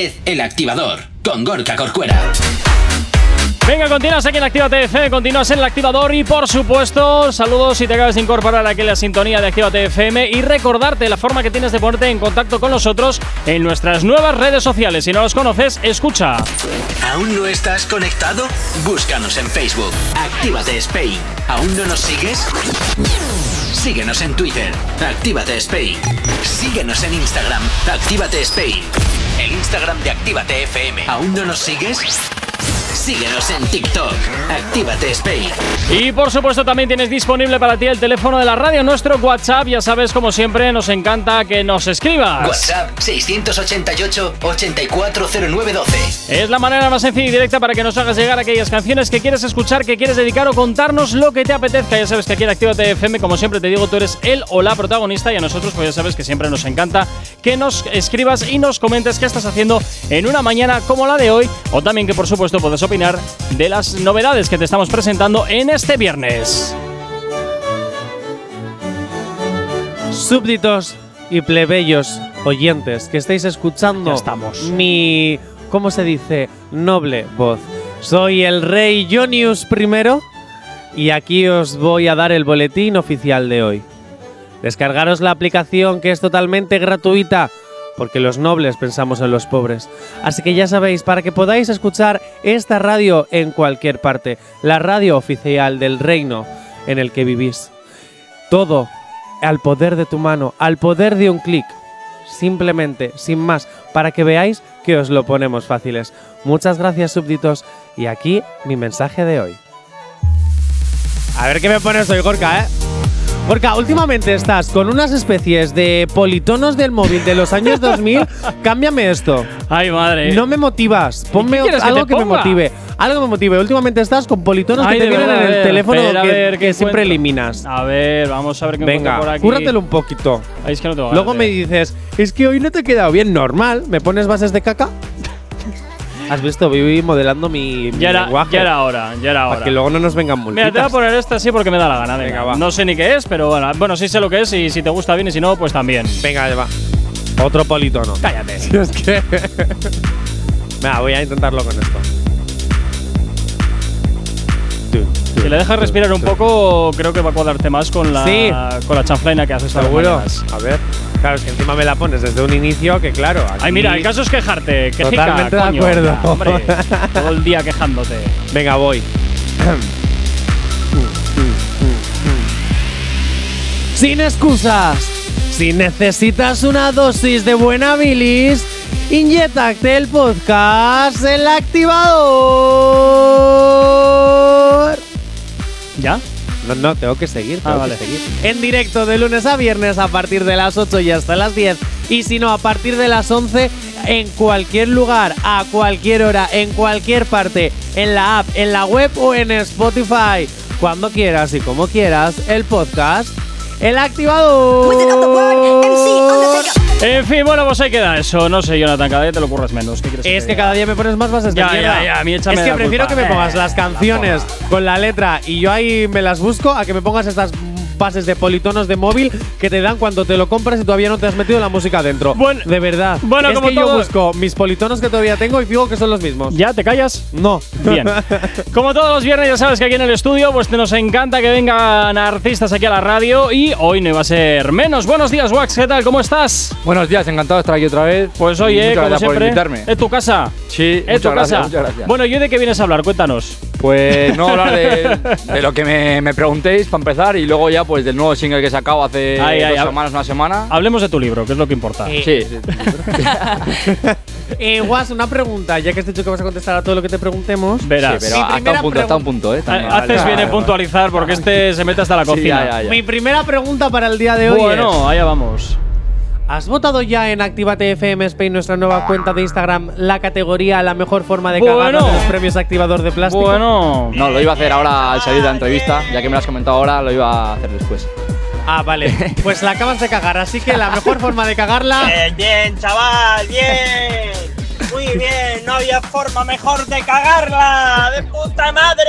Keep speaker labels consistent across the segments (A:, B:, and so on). A: Es el activador con Gorka Corcuera.
B: Venga, continúas aquí en Actívate FM, continúas en el activador y por supuesto, saludos si te acabas de incorporar aquí en la sintonía de Actívate FM y recordarte la forma que tienes de ponerte en contacto con nosotros en nuestras nuevas redes sociales. Si no los conoces, escucha.
A: ¿Aún no estás conectado? Búscanos en Facebook. Actívate Spain. ¿Aún no nos sigues? Síguenos en Twitter. Actívate Spain. Síguenos en Instagram. Actívate Spain. El Instagram de Actívate FM. ¿Aún no nos sigues? Síguenos en TikTok. Actívate Spain.
B: Y por supuesto también tienes disponible para ti el teléfono de la radio, nuestro WhatsApp, ya sabes como siempre nos encanta que nos escribas.
A: WhatsApp 688 840912.
B: Es la manera más sencilla y directa para que nos hagas llegar aquellas canciones que quieres escuchar, que quieres dedicar o contarnos lo que te apetezca. Ya sabes que aquí en Actívate FM, como siempre te digo, tú eres el o la protagonista y a nosotros, pues ya sabes que siempre nos encanta que nos escribas y nos comentes qué estás haciendo en una mañana como la de hoy o también que, por supuesto, puedes opinar de las novedades que te estamos presentando en este viernes.
C: Súbditos y plebeyos oyentes que estáis escuchando
B: Ya estamos.
C: mi, ¿cómo se dice? Noble voz. Soy el rey Jonius I y aquí os voy a dar el boletín oficial de hoy. Descargaros la aplicación que es totalmente gratuita porque los nobles pensamos en los pobres. Así que ya sabéis, para que podáis escuchar esta radio en cualquier parte, la radio oficial del reino en el que vivís. Todo al poder de tu mano, al poder de un clic. Simplemente, sin más, para que veáis que os lo ponemos fáciles. Muchas gracias, súbditos. Y aquí mi mensaje de hoy. A ver qué me pones hoy, Gorka, ¿eh? Gorka, últimamente estás con unas especies de politonos del móvil de los años 2000. Cámbiame esto.
B: Ay, madre.
C: No me motivas. Ponme
B: quieres que
C: algo
B: te
C: que, me
B: ponga?
C: motive. Algo que me motive. Últimamente estás con politonos
B: Ay,
C: que
B: de
C: te vienen
B: verdad, a
C: en el
B: ver,
C: teléfono
B: espera, a
C: que,
B: ver,
C: que
B: ¿qué
C: siempre
B: encuentro?
C: eliminas.
B: A ver, vamos a ver qué encuentro por
C: Venga,
B: aquí.
C: cúratelo un poquito.
B: Ay, es que no tengo
C: Luego
B: ganas
C: me
B: de-
C: dices, es que hoy no te he quedado bien, normal. ¿Me pones bases de caca? Has visto, viví modelando mi, mi
B: Ya era,
C: lenguaje.
B: ya era hora, ya era
C: para
B: hora.
C: que luego no nos vengan
B: Mira,
C: multitas.
B: te voy a poner esta así porque me da la gana. venga.
C: Venga, va.
B: No sé ni qué es, pero bueno, bueno, sí sé lo que es y si te gusta bien y si no, pues también.
C: Venga, ya va. Otro politono.
B: Cállate.
C: Si es que. Venga, voy a intentarlo con esto. Tun, tun,
B: Si le dejas
C: tun,
B: respirar un
C: tun.
B: poco, creo que va a cuadrarte más con la,
C: Sí.
B: con la chanflaina que haces todas las
C: Seguro.
B: mañanas.
C: A ver. Claro, es que encima me la pones desde un inicio que, claro.
B: Ay, mira, el caso es quejarte. Quejica,
C: Totalmente de
B: coño,
C: acuerdo.
B: ya, hombre, todo el día quejándote.
C: Venga, voy. Sin excusas. Si necesitas una dosis de buena bilis, inyectate el podcast El Activador.
B: ¿Ya?
C: No, no, tengo que seguir.
B: Ah,
C: tengo
B: vale.
C: que seguir. En directo de lunes a viernes a partir de las 8 y hasta las 10. Y si no, a partir de las 11 en cualquier lugar, a cualquier hora, en cualquier parte, en la app, en la web o en Spotify. Cuando quieras y como quieras, el podcast, el activador.
B: En fin, bueno, pues ahí queda eso. No sé, Jonathan, cada día te lo curras menos. ¿Qué quieres
C: Es
B: te
C: que
B: diga?
C: cada día me pones más bases de
B: Ya, ya,
C: mierda.
B: ya, a mí
C: es
B: échame
C: que
B: la
C: prefiero
B: culpa.
C: que me pongas
B: Eh,
C: las
B: la
C: canciones con la letra y yo ahí me las busco a que me pongas estas bases de politonos de móvil que te dan cuando te lo compras y todavía no te has metido la música dentro.
B: Bueno-
C: de verdad.
B: bueno,
C: es
B: como
C: que
B: todo-
C: yo busco mis politonos que todavía tengo y digo que son los mismos.
B: ¿Ya te callas?
C: No.
B: Bien. Como todos los viernes, ya sabes que aquí en el estudio, pues te nos encanta que vengan artistas aquí a la radio y hoy no iba a ser menos. Buenos días, Wax, ¿qué tal? ¿ómo estás?
D: Buenos días, encantado de estar aquí otra vez.
B: Pues
D: Y
B: oye,
D: muchas
B: como
D: gracias por
B: siempre,
D: invitarme.
B: es tu casa.
D: Sí,
B: Es tu
D: muchas gracias,
B: casa.
D: muchas gracias.
B: Bueno, ¿yo de qué vienes a hablar? Cuéntanos.
D: Pues no hablar de, de lo que me, me preguntéis para empezar y luego ya pues del nuevo single que he sacado hace
B: Ay, ay, Ah,
D: dos
B: hab-
D: semanas, una semana.
B: Hablemos de tu libro, que es lo que importa.
C: Eh,
D: Sí, sí.
C: Eh, Guas, una pregunta, ya que has dicho que vas a contestar a todo lo que te preguntemos.
B: Verás.
D: pero
C: Mi
D: hasta
C: primera
D: un punto, hasta
C: pregunta.
D: un punto, eh.
B: Ha-
D: también.
B: Haces
D: Vale,
B: bien
D: vale,
B: en
D: vale.
B: puntualizar porque este se mete hasta la
D: Sí,
B: cocina.
D: ya, ya, ya.
C: Mi primera pregunta para el día de hoy es.
B: Bueno, allá vamos.
C: ¿Has votado ya en Actívate FM Spain, nuestra nueva cuenta de Instagram, la categoría La mejor forma de cagar
B: Bueno.
C: de los premios activador de plástico?
B: Bueno.
D: No, lo iba a hacer ahora al salir de la entrevista, ya que me lo has comentado ahora, lo iba a hacer después.
C: Ah, vale. Pues la acabas de cagar, así que la mejor forma de cagarla.
E: Bien, bien, chaval, bien. Muy bien, no había forma mejor de cagarla. ¡De puta madre!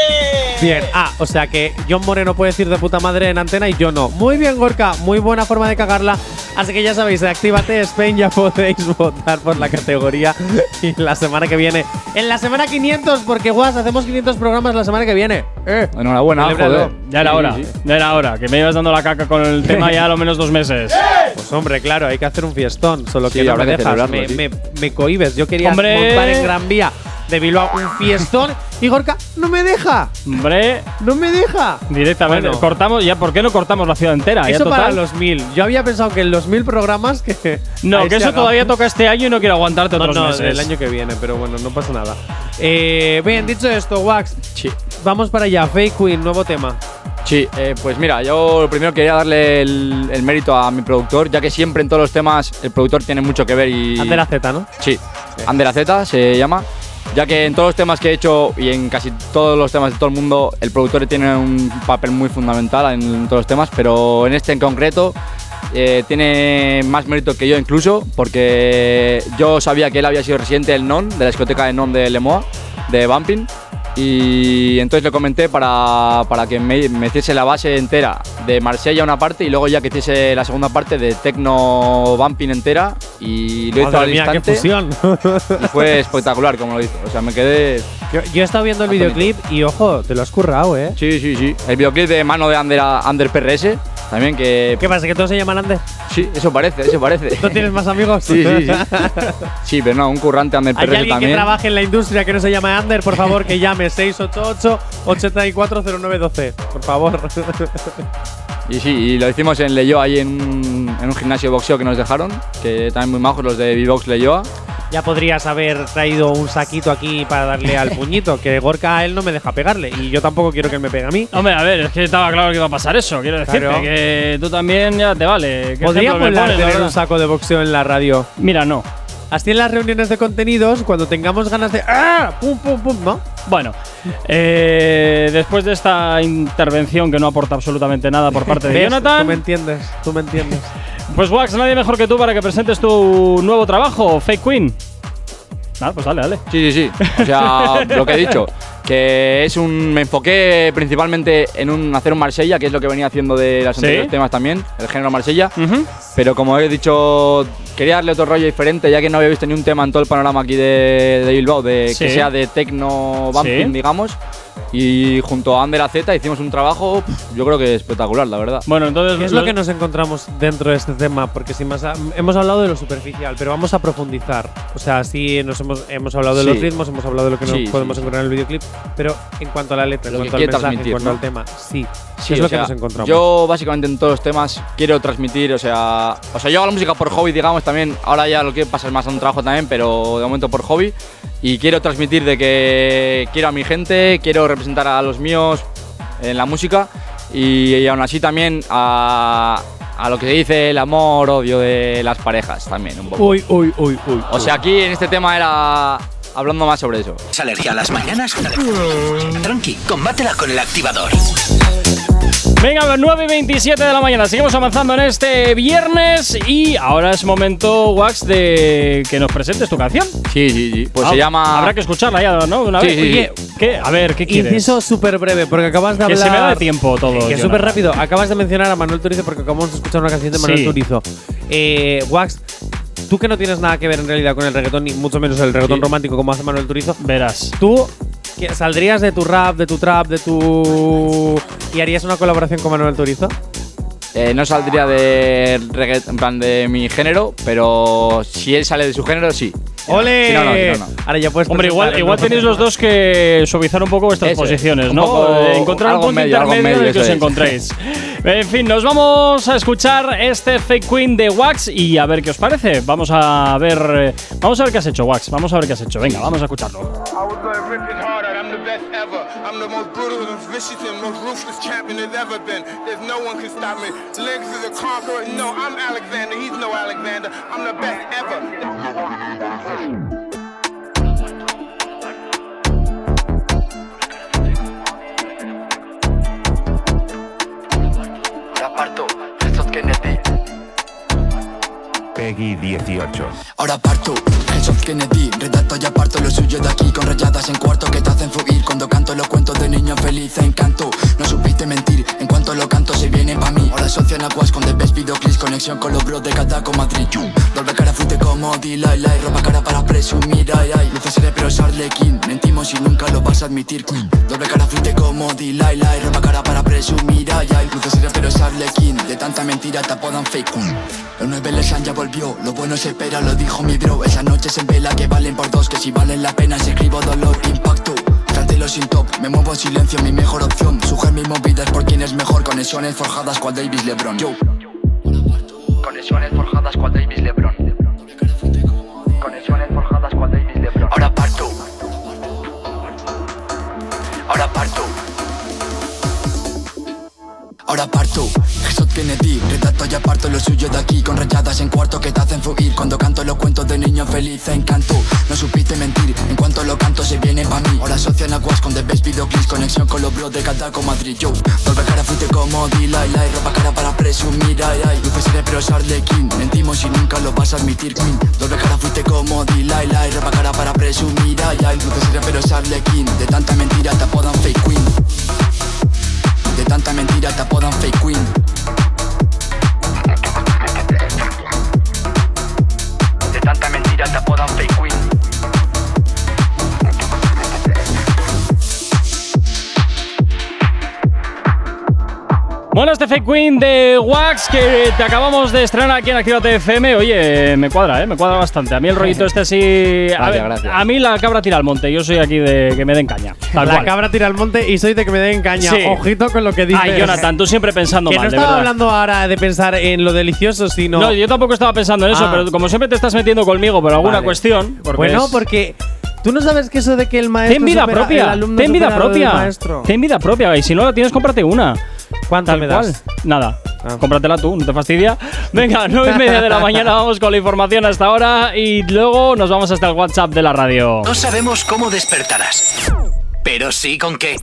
C: Bien. Ah, o sea que John Moreno puede decir de puta madre en antena y yo no. Muy bien, Gorka. Muy buena forma de cagarla. Así que ya sabéis, actívate Spain, ya podéis votar por la categoría. Y la semana que viene, en la semana 500, porque guas, hacemos 500 programas la semana que viene. Eh.
D: Enhorabuena,
C: Celébralo.
D: joder.
B: Ya era
D: Sí,
B: hora,
D: sí.
B: ya era hora, que me ibas dando la caca con el tema ya a lo menos dos meses.
D: ¡Eh!
C: Pues hombre, claro, hay que hacer un fiestón, solo que
D: Sí,
C: no me
D: habrá que
C: dejas,
D: celebrarlo,
C: me,
D: sí.
C: me, me cohibes. Yo quería
B: Hombre.
C: montar en Gran Vía de Bilbao un fiestón y Gorka no me deja,
B: Hombre,
C: no me deja.
B: directamente.
C: Bueno.
B: Cortamos, ya, ¿por qué no cortamos la ciudad entera? Ya,
C: Eso para
B: total.
C: los mil. Yo había pensado que en los mil programas que
B: No,
C: ahí
B: que
C: se
B: eso
C: haga.
B: todavía toca este año y no quiero aguantarte
C: No,
B: otros
C: no,
B: meses.
C: el año que viene, pero bueno, no pasa nada. Eh, bien, dicho esto, Wax, vamos para allá. Fake Queen, nuevo tema.
D: Sí, eh, pues mira, yo primero quería darle el, el mérito a mi productor, ya que siempre en todos los temas el productor tiene mucho que ver y.
C: Ander Z, ¿no?
D: Sí, Ander Z se llama. Ya que en todos los temas que he hecho y en casi todos los temas de todo el mundo, el productor tiene un papel muy fundamental en, todos los temas, pero en este en concreto eh, tiene más mérito que yo incluso, porque yo sabía que él había sido residente del NON, de la discoteca de NON de Lemoa, de Bumping, y entonces le comenté para, para que me metiese la base entera de Marsella una parte y luego ya que hiciese la segunda parte de Tecno Bumping entera y lo hizo al
C: Madre mía, qué
D: instante
C: fusión.
D: y fue espectacular como lo hizo. O sea, me quedé.
C: yo, yo he estado viendo el
D: Atónito.
C: videoclip y ojo, te lo has currado, ¿eh?
D: Sí, sí, sí. El videoclip de mano de Ander, Ander PRS también, que.
C: ¿Qué pasa? ¿Que todos se llaman Ander?
D: Sí, eso parece, eso parece.
C: ¿No tienes más amigos?
D: Sí, sí, sí. Sí, pero no, un currante Ander
C: Hay
D: PRS
C: alguien que
D: también.
C: trabaje en la industria que no se llame Ander, por favor, que llame 688-840912. Por favor.
D: Y sí, y lo hicimos en Leyoa, ahí en un, en un gimnasio de boxeo que nos dejaron, que también muy majos los de B-Box Leyoa.
C: ya podrías haber traído un saquito aquí para darle al puñito, que Gorka a él no me deja pegarle y yo tampoco quiero que él me pegue a mí.
B: Hombre, a ver, es que estaba claro que iba a pasar eso. Quiero decirte
C: Claro.
B: que tú también ya te vale. ¿Qué
C: Podríamos
B: ejemplo me
C: hablar de
B: pones, la
C: tener
B: verdad?
C: un saco de boxeo en la radio.
B: Mira, no.
C: Así en las reuniones de contenidos, cuando tengamos ganas de ¡Ah! ¡Pum, pum, pum! ¿No?
B: Bueno, eh, después de esta intervención que no aporta absolutamente nada por parte de
C: ¿Ves? Tú me
B: Jonathan,
C: entiendes, tú me entiendes.
B: pues Wax, nadie mejor que tú para que presentes tu nuevo trabajo, Fake Queen. Nada, pues dale, dale.
D: Sí, sí, sí. O sea, lo que he dicho. Que es un. Me enfoqué principalmente en un, hacer un Marsella, que es lo que venía haciendo de los
B: Sí.
D: anteriores temas también, el género Marsella.
B: Ujú.
D: Pero como he dicho, quería darle otro rollo diferente, ya que no había visto ni un tema en todo el panorama aquí de, de Bilbao, de, que
B: Sí.
D: sea de techno bumping,
B: Sí.
D: digamos. Y junto a Ander Z hicimos un trabajo, pf, yo creo que espectacular, la verdad.
B: Bueno, entonces.
C: ¿Qué es lo que nos encontramos dentro de este tema? Porque si más ha- hemos hablado de lo superficial, pero vamos a profundizar. O sea, sí nos hemos, hemos hablado de
D: Sí.
C: los ritmos, hemos hablado de lo que
D: Sí,
C: nos podemos
D: sí, sí.
C: encontrar en el videoclip, pero en cuanto a la letra, en
D: Lo que
C: cuanto al mensaje,
D: quiere
C: en
D: transmitir,
C: cuanto
D: ¿no?
C: al tema, sí.
D: Sí,
C: es
D: o
C: lo
D: sea,
C: que nos encontramos.
D: Yo básicamente en todos los temas quiero transmitir, o sea, o sea, yo hago la música por hobby, digamos también. Ahora ya lo que pasa es más a un trabajo también, pero de momento por hobby. Y quiero transmitir de que quiero a mi gente, quiero representar a los míos en la música y, y aún así también a, a lo que se dice el amor, odio de las parejas también un poco.
B: Uh.
C: Uy, uy, uy, uy.
D: O sea, aquí en este tema era hablando más sobre eso.
A: ¿Es alergia a las mañanas? Tranqui, combátela con el activador.
B: Venga, 9 y 27 de la mañana. Seguimos avanzando en este viernes. Y ahora es momento, Wax, de que nos presentes tu canción.
D: Sí, sí, sí. Pues
B: Ah,
D: se llama.
B: Habrá que escucharla ya, ¿no? De Una
D: Sí,
B: vez.
D: sí,
B: Oye, ¿qué? A ver, ¿qué quieres?
C: Inciso súper breve, porque acabas de
B: Que
C: hablar.
B: se me da tiempo todo,
C: Que
B: Jonathan.
C: súper rápido. Acabas de mencionar a Manuel Turizo porque acabamos de escuchar una canción de Manuel
B: Sí.
C: Turizo. Eh, Wax, tú que no tienes nada que ver en realidad con el reggaetón, ni mucho menos el reggaetón
B: Sí.
C: romántico como hace Manuel Turizo,
B: Verás.
C: tú que- saldrías de tu rap, de tu trap, de tu. y harías una colaboración con Manuel Turizo.
D: Eh, no saldría de reggae- en plan de mi género, pero si él sale de su género, sí.
C: ¡Ole!
D: Si no, no, si no, no.
C: Ahora ya puedes.
B: Hombre, igual,
C: presentar el
B: igual
C: nuevo
B: tenéis
C: tema.
B: los dos que suavizar un poco vuestras
D: Eso es.
B: posiciones,
D: Un
B: ¿no?
D: poco-
B: Eh, Encontrar un
D: algo
B: punto
D: medio, algo
B: intermedio en el
D: medio,
B: que os
D: eso es.
B: encontréis. en fin, nos vamos a escuchar este Fake Queen de Wax y a ver qué os parece. Vamos a ver, eh, vamos a ver qué has hecho, Wax. Vamos a ver qué has hecho. Venga, vamos a escucharlo.
F: I was gonna rip it harder. I'm the best ever. I'm the most brutal and vicious and most ruthless champion there's ever been. There's no one can stop me. Legs is a conqueror. No, I'm Alexander. He's no Alexander. I'm the best ever.
G: Raparto, estos Kennedy. Big Miyagi 18.
H: Ahora parto, el soft Kennedy Redacto y aparto lo suyo de aquí Con rayadas en cuarto que te hacen fluir Cuando canto los cuentos de niño feliz encanto No supiste mentir, en cuanto lo canto se vienen pa' mí Ahora asocian aguas con The Best Videoclips Conexión con los bros de Cataco Madrid Yu. Doble cara fute como Delilah Y ropa cara para presumir, ay ay Luces cerebros Arlequín Mentimos y nunca lo vas a admitir, Queen Doble cara fute como Delilah Y ropa cara para presumir, ay ay Luces cerebros Arlequín De tanta mentira te apodan fake, Queen El 9 Lesan ya volvió, lo bueno se espera, lo dijo mi bro Esas noches en vela que valen por dos Que si valen la pena si escribo dolor, impacto Cancelo sin top, me muevo en silencio, mi mejor opción Suger mis movidas por quien es mejor Conexiones forjadas cual Davis Lebron Yo. Conexiones forjadas cual Davis Lebron Conexiones forjadas cual Davis Lebron Ahora parto Ahora parto Ahora parto, Exot Kennedy, redacto y aparto lo suyo de aquí Con rayadas en cuarto que te hacen fluir Cuando canto los cuentos de niño feliz encanto No supiste mentir, en cuanto lo canto se viene pa' mí Ahora asocian aguas con The Best Videoclips Conexión con los bros de Cataco Madrid, yo Doble cara fuiste como Delilah y ropa cara para presumir, ay ay pues Luces cerebros Arlequín, mentimos y nunca lo vas a admitir, Queen Doble cara fuiste como Delilah y ropa cara para presumir, ay pues ay Luces cerebros Arlequín, de tanta mentira te apodan Fake Queen de tanta mentira te apodan fake queen. De tanta mentira te apodan fake queen.
B: Bueno, este Fake Queen de Wax que te acabamos de estrenar aquí en Actívate FM. Oye, me cuadra, ¿eh? Me cuadra bastante. A mí el rollito este así... a,
D: Gracias, gracias.
B: a mí la cabra tira al monte. Yo soy aquí de que me den caña. Tal
C: La
B: cual.
C: cabra tira al monte y soy de que me den caña.
B: Sí.
C: Ojito con lo que dices.
B: Ay, Jonathan, tú siempre pensando
C: Que
B: mal,
C: no
B: de
C: estaba
B: verdad.
C: hablando ahora de pensar en lo delicioso, sino.
B: No, yo tampoco estaba pensando en eso,
C: Ah.
B: pero como siempre te estás metiendo conmigo por alguna
C: Vale.
B: cuestión. Porque
C: bueno,
B: es-
C: porque tú no sabes que eso de que el maestro.
B: Ten vida
C: supera- el
B: propia,
C: alumno
B: ten vida
C: supera al
B: propia,
C: maestro.
B: ten vida propia. Y si no la tienes, cómprate una.
C: ¿Cuánto
B: Tal
C: me das?
B: cual. Nada.
C: Ah.
B: Cómpratela tú, no te fastidia. Venga, nueve y media de la mañana vamos con la información hasta ahora y luego nos vamos hasta el WhatsApp de la radio.
A: No sabemos cómo despertarás, pero sí con qué.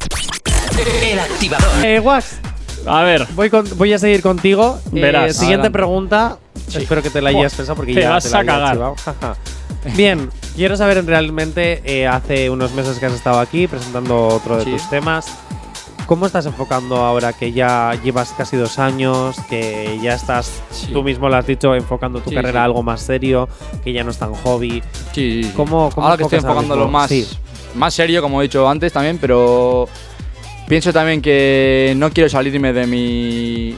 A: El activador.
C: Eh, Guas,
B: A ver,
C: voy, con- voy a seguir contigo. Eh,
B: Verás.
C: siguiente
D: Adelante.
C: pregunta. Espero que te la hayas
B: Buah,
C: pensado porque
B: te
C: ya
B: vas
C: te la
B: a
C: había
B: cagar.
C: chivado. Jaja. Bien, quiero saber realmente, eh, hace unos meses que has estado aquí presentando otro de
D: Sí.
C: tus temas. ¿Cómo estás enfocando ahora que ya llevas casi dos años, que ya estás,
D: Sí.
C: tú mismo lo has dicho, enfocando tu
D: Sí,
C: carrera a
D: sí.
C: algo más serio, que ya no es tan hobby?
D: Sí, sí, sí.
C: ¿Cómo- cómo
D: Ahora que estoy
C: enfocas ahora
D: enfocándolo
C: mismo?
D: más,
C: Sí.
D: más serio, como he dicho antes también, pero pienso también que no quiero salirme de mi,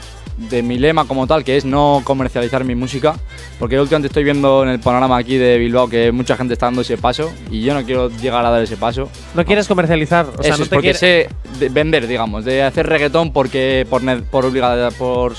D: de mi lema como tal, que es no comercializar mi música, porque yo últimamente estoy viendo en el panorama aquí de Bilbao que mucha gente está dando ese paso y yo no quiero llegar a dar ese paso.
C: No quieres comercializar, o sea,
D: Eso
C: no
D: es,
C: te
D: porque
C: quieres.
D: sé de vender, digamos, de hacer reggaetón porque por, ne- por obligada, por,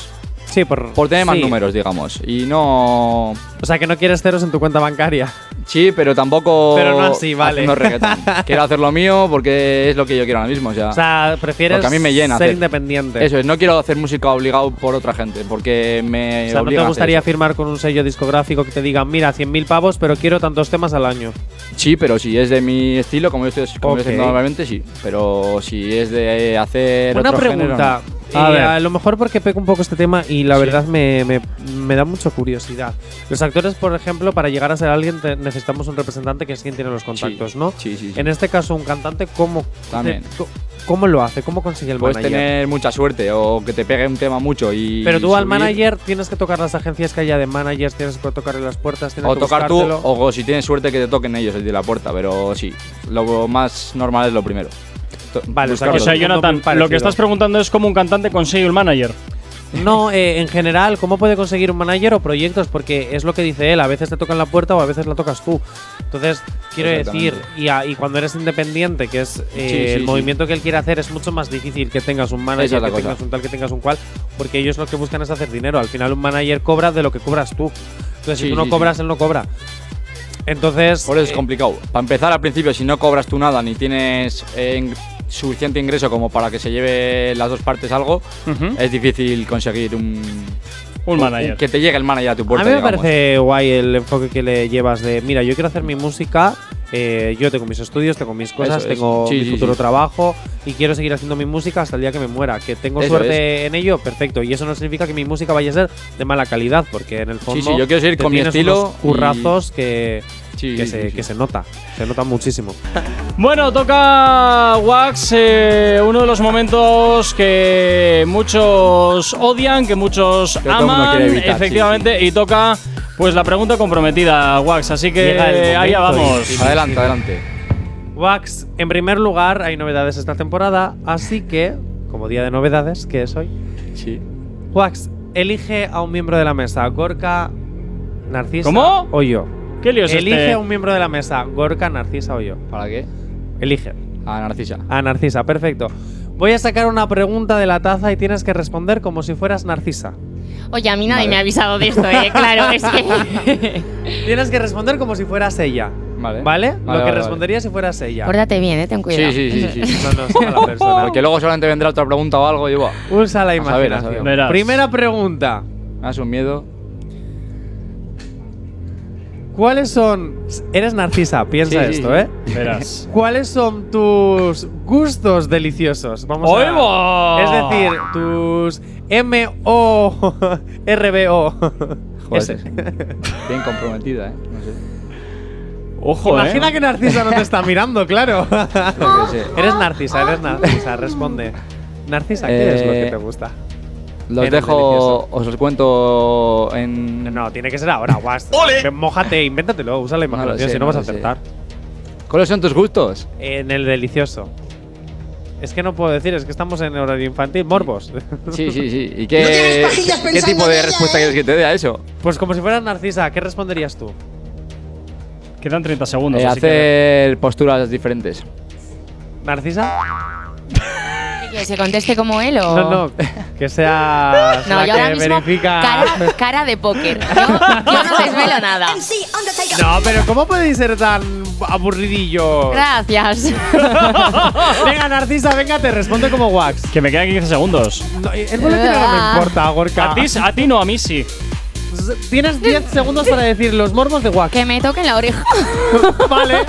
C: Sí, por,
D: por tener más
C: sí.
D: números, digamos, y no
C: O sea, que no quieres ceros en tu cuenta bancaria.
D: Sí, pero tampoco.
C: Pero no así, vale.
D: haciendo reggaetón. quiero hacer lo mío porque es lo que yo quiero ahora mismo. O sea,
C: O sea, prefieres
D: Lo que a mí me llena
C: ser
D: hacer.
C: independiente.
D: eso es, no quiero hacer música obligado por otra gente porque
C: O
D: me.
C: sea, no te
D: obliga a hacer
C: gustaría
D: eso.
C: firmar con un sello discográfico que te digan, mira, 100.000 pavos, pero quiero tantos temas al año.
D: Sí, pero si es de mi estilo, como yo estoy como yo
C: Ok.
D: estoy haciendo normalmente, sí. Pero si es de hacer.
C: Una
D: otro género,
C: pregunta.
D: no.
C: Eh,
B: A
C: A,
B: ver.
C: lo mejor porque peco un poco este tema y la verdad me, me- me da mucha curiosidad. Los actores, por ejemplo, para llegar a ser alguien te- necesitamos un representante que es quien tiene los contactos, ¿no?
D: Sí, sí. sí.
C: En este caso, un cantante, ¿cómo,
D: También.
C: te- co- ¿cómo lo hace? ¿Cómo consigue el
D: Puedes
C: manager?
D: tener mucha suerte o que te pegue un tema mucho y.
C: Pero tú al
D: subir,
C: manager tienes que tocar las agencias que haya de managers, tienes que tocarle las puertas, tienes
D: O
C: que
D: tocar tú,
C: buscártelo.
D: o si tienes suerte que te toquen ellos el de la puerta, pero sí, lo más normal es lo primero. To-
C: Vale, o sea,
D: buscarlo.
B: o sea,
C: yo- mundo
B: Jonathan,
C: muy parecido.
B: lo que estás preguntando es cómo un cantante consigue un manager.
C: No, eh, en general, ¿cómo puede conseguir un manager o proyectos? Porque es lo que dice él, a veces te tocan la puerta o a veces la tocas tú. Entonces, quiero decir,
D: Exactamente.
C: y, a- y cuando eres independiente, que es eh,
D: sí,
C: el
D: sí.
C: movimiento que él quiere hacer, es mucho más difícil que tengas un
D: Esa
C: manager,
D: es la
C: que
D: cosa.
C: tengas un tal, que tengas un cual, porque ellos lo que buscan es hacer dinero. Al final, un manager cobra de lo que cobras tú. Entonces, si
D: Sí,
C: tú no
D: sí, sí.
C: cobras, él no cobra. Entonces,
D: Por eso es
C: eh,
D: complicado. Para empezar, al principio, si no cobras tú nada ni tienes eh, ing- suficiente ingreso como para que se lleve las dos partes algo, es difícil conseguir un,
B: Un manager.
D: que te llegue el manager a tu
C: a
D: puerta.
C: mí me
D: digamos.
C: parece guay el enfoque que le llevas de, mira, yo quiero hacer mi música eh, yo tengo mis estudios, tengo mis cosas,
D: Eso es.
C: tengo
D: Sí,
C: mi
D: sí,
C: futuro
D: sí.
C: trabajo y quiero seguir haciendo mi música hasta el día que me muera. Que tengo
D: Eso
C: suerte en ello, perfecto. Y eso no significa que mi música vaya a ser de mala calidad, porque en el fondo.
D: sí, yo quiero seguir
C: te
D: con mi
C: tienes
D: estilo
C: unos currazos que,
D: Sí,
C: que
D: sí,
C: se,
D: sí,
C: que
D: sí.
C: se nota, se nota muchísimo.
B: Bueno, toca Wax, eh, uno de los momentos que muchos odian, que muchos
D: Que todo el mundo
B: aman,
D: quiere evitar, sí,
B: efectivamente, y toca pues la pregunta comprometida, Wax. Así que
C: Llega el
B: allá
C: momento
B: vamos.
C: y-
D: Adelante, adelante.
C: Wax, en primer lugar, hay novedades esta temporada, así que, como día de novedades, que es hoy,
D: Sí.
C: Wax, elige a un miembro de la mesa, Gorka, Narcisa
B: ¿Cómo?
C: o yo.
B: ¿Qué lío es
C: Elige
B: este?
C: a un miembro de la mesa, Gorka, Narcisa o yo.
D: ¿Para qué?
C: Elige.
D: A Narcisa.
C: A Narcisa, perfecto. Voy a sacar una pregunta de la taza y tienes que responder como si fueras Narcisa.
G: Oye, a mí nadie
D: Vale.
G: me ha avisado de esto, eh. Claro, es que.
C: Tienes que responder como si fueras ella. ¿Vale?
D: Vale. Vale,
C: Lo
D: vale,
C: que
D: vale.
C: respondería si fueras ella.
G: Pórtate bien, eh. Ten cuidado.
D: Sí, sí, sí, sí.
C: No, no, soy mala persona.
D: Porque luego solamente vendrá otra pregunta o algo y yo, "Buah,
C: Usa la
D: A saber, a
C: imaginación.
D: saber.
B: Verás.
C: Primera pregunta.
D: me das un miedo.
C: ¿Cuáles son. Eres narcisa, piensa
D: Sí, sí,
C: esto,
D: sí.
C: ¿eh?
B: Verás.
C: ¿Cuáles son tus gustos deliciosos? Vamos
B: ¡Ahí va!
C: Es
D: Ah.
C: decir, tus M-O-R-B-O.
D: Joder,
C: Ese.
D: Bien comprometida, ¿eh? No sé.
B: Ojo,
C: Imagina
B: eh.
C: que Narcisa no te está mirando, claro.
D: Creo que sí.
C: eres Narcisa, eres Narcisa, responde. Narcisa, ¿qué es lo que
D: Eh,
C: te gusta?
D: Los
C: Eres
D: dejo, os los cuento en.
C: No, no, tiene que ser ahora, guas.
E: ¡Ole!
C: Ven, Mójate, invéntatelo, usa la imaginación,
D: sé,
C: si no
D: no
C: vas a
D: lo sé.
C: acertar.
D: ¿Cuáles son tus gustos?
C: En el delicioso. Es que no puedo decir, es que estamos en horario infantil, morbos.
D: Sí, sí, sí. ¿Y qué, qué tipo de respuesta quieres que te dé a eso?
C: Pues como si fueras Narcisa, ¿qué responderías tú?
B: Quedan 30 segundos.
D: Eh,
B: así que-
D: hacer posturas diferentes.
C: ¿Narcisa?
G: Que se conteste como él o.
C: No, no, que seas
G: No,
C: la
G: yo
C: que
G: ahora mismo
C: verifica.
G: cara, cara de póker. Yo, yo no desvelo nada.
C: No, pero ¿cómo podéis ser tan aburridillos?
G: Gracias.
C: venga, Narcisa, venga, te responde como Wax.
B: Que me quedan 15 segundos.
C: No, el boletín no
G: Ah.
C: me importa, Gorka.
B: A ti, a ti no, a mí sí.
C: Tienes 10 segundos para decir los morbos de Wax.
G: Que me toquen la oreja.
C: Vale.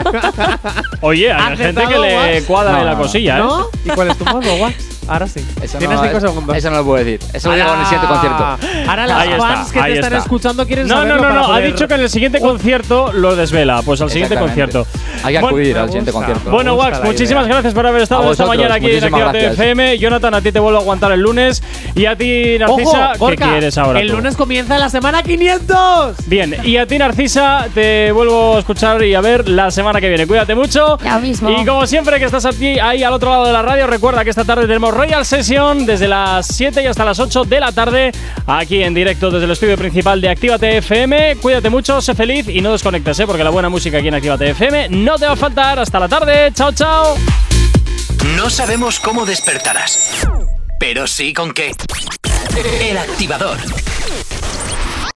B: Oye, hay
C: ¿Has
B: gente que
C: acertado,
B: le
C: Wax?
B: cuadra
D: No,
B: la
D: no,
B: cosilla, ¿eh?
C: ¿No? ¿Y cuál es tu morbo, Wax? Ahora sí.
D: Eso
C: Tienes
D: no,
C: 5
D: es-
C: segundos. Ah,
D: Eso no lo puedo decir. Eso lo digo en el siguiente
C: Ahora-
D: concierto.
C: Ahora las
B: Ahí está,
C: fans que
B: ahí
C: te están
B: está.
C: escuchando quieren
B: No, no,
C: saberlo
B: no,
C: para
B: no. Ha
C: poder-
B: dicho que en el siguiente concierto lo desvela. Pues al siguiente
D: Exactamente.
B: concierto.
D: Hay que
B: Bueno,
D: acudir
C: me
D: al siguiente
C: gusta.
D: concierto.
B: Bueno,
C: Me gusta
B: Wax,
C: la
B: muchísimas
C: idea.
B: gracias por haber estado
D: A
B: esta
D: vosotros,
B: mañana aquí en
D: muchísimas
B: Actívate
D: gracias.
B: FM. Jonathan, a ti te vuelvo a aguantar el lunes. Y a ti, Narcisa,
C: Ojo, Gorka,
B: ¿qué quieres ahora?
C: El
B: tú?
C: lunes comienza la semana 500.
B: Bien, y a ti, Narcisa, te vuelvo a escuchar y a ver la semana que viene. Cuídate mucho.
G: Ya mismo.
B: Y como siempre que estás aquí, ahí al otro lado de la radio, recuerda que esta tarde tenemos Royal Session desde las 7 y hasta las 8 de la tarde, aquí en directo desde el estudio principal de Actívate FM. Cuídate mucho, sé feliz y no desconectes, ¿eh? porque la buena música aquí en Actívate FM no te va a faltar. Hasta la tarde. Chao, chao.
A: No sabemos cómo despertarás, pero sí con qué. El activador.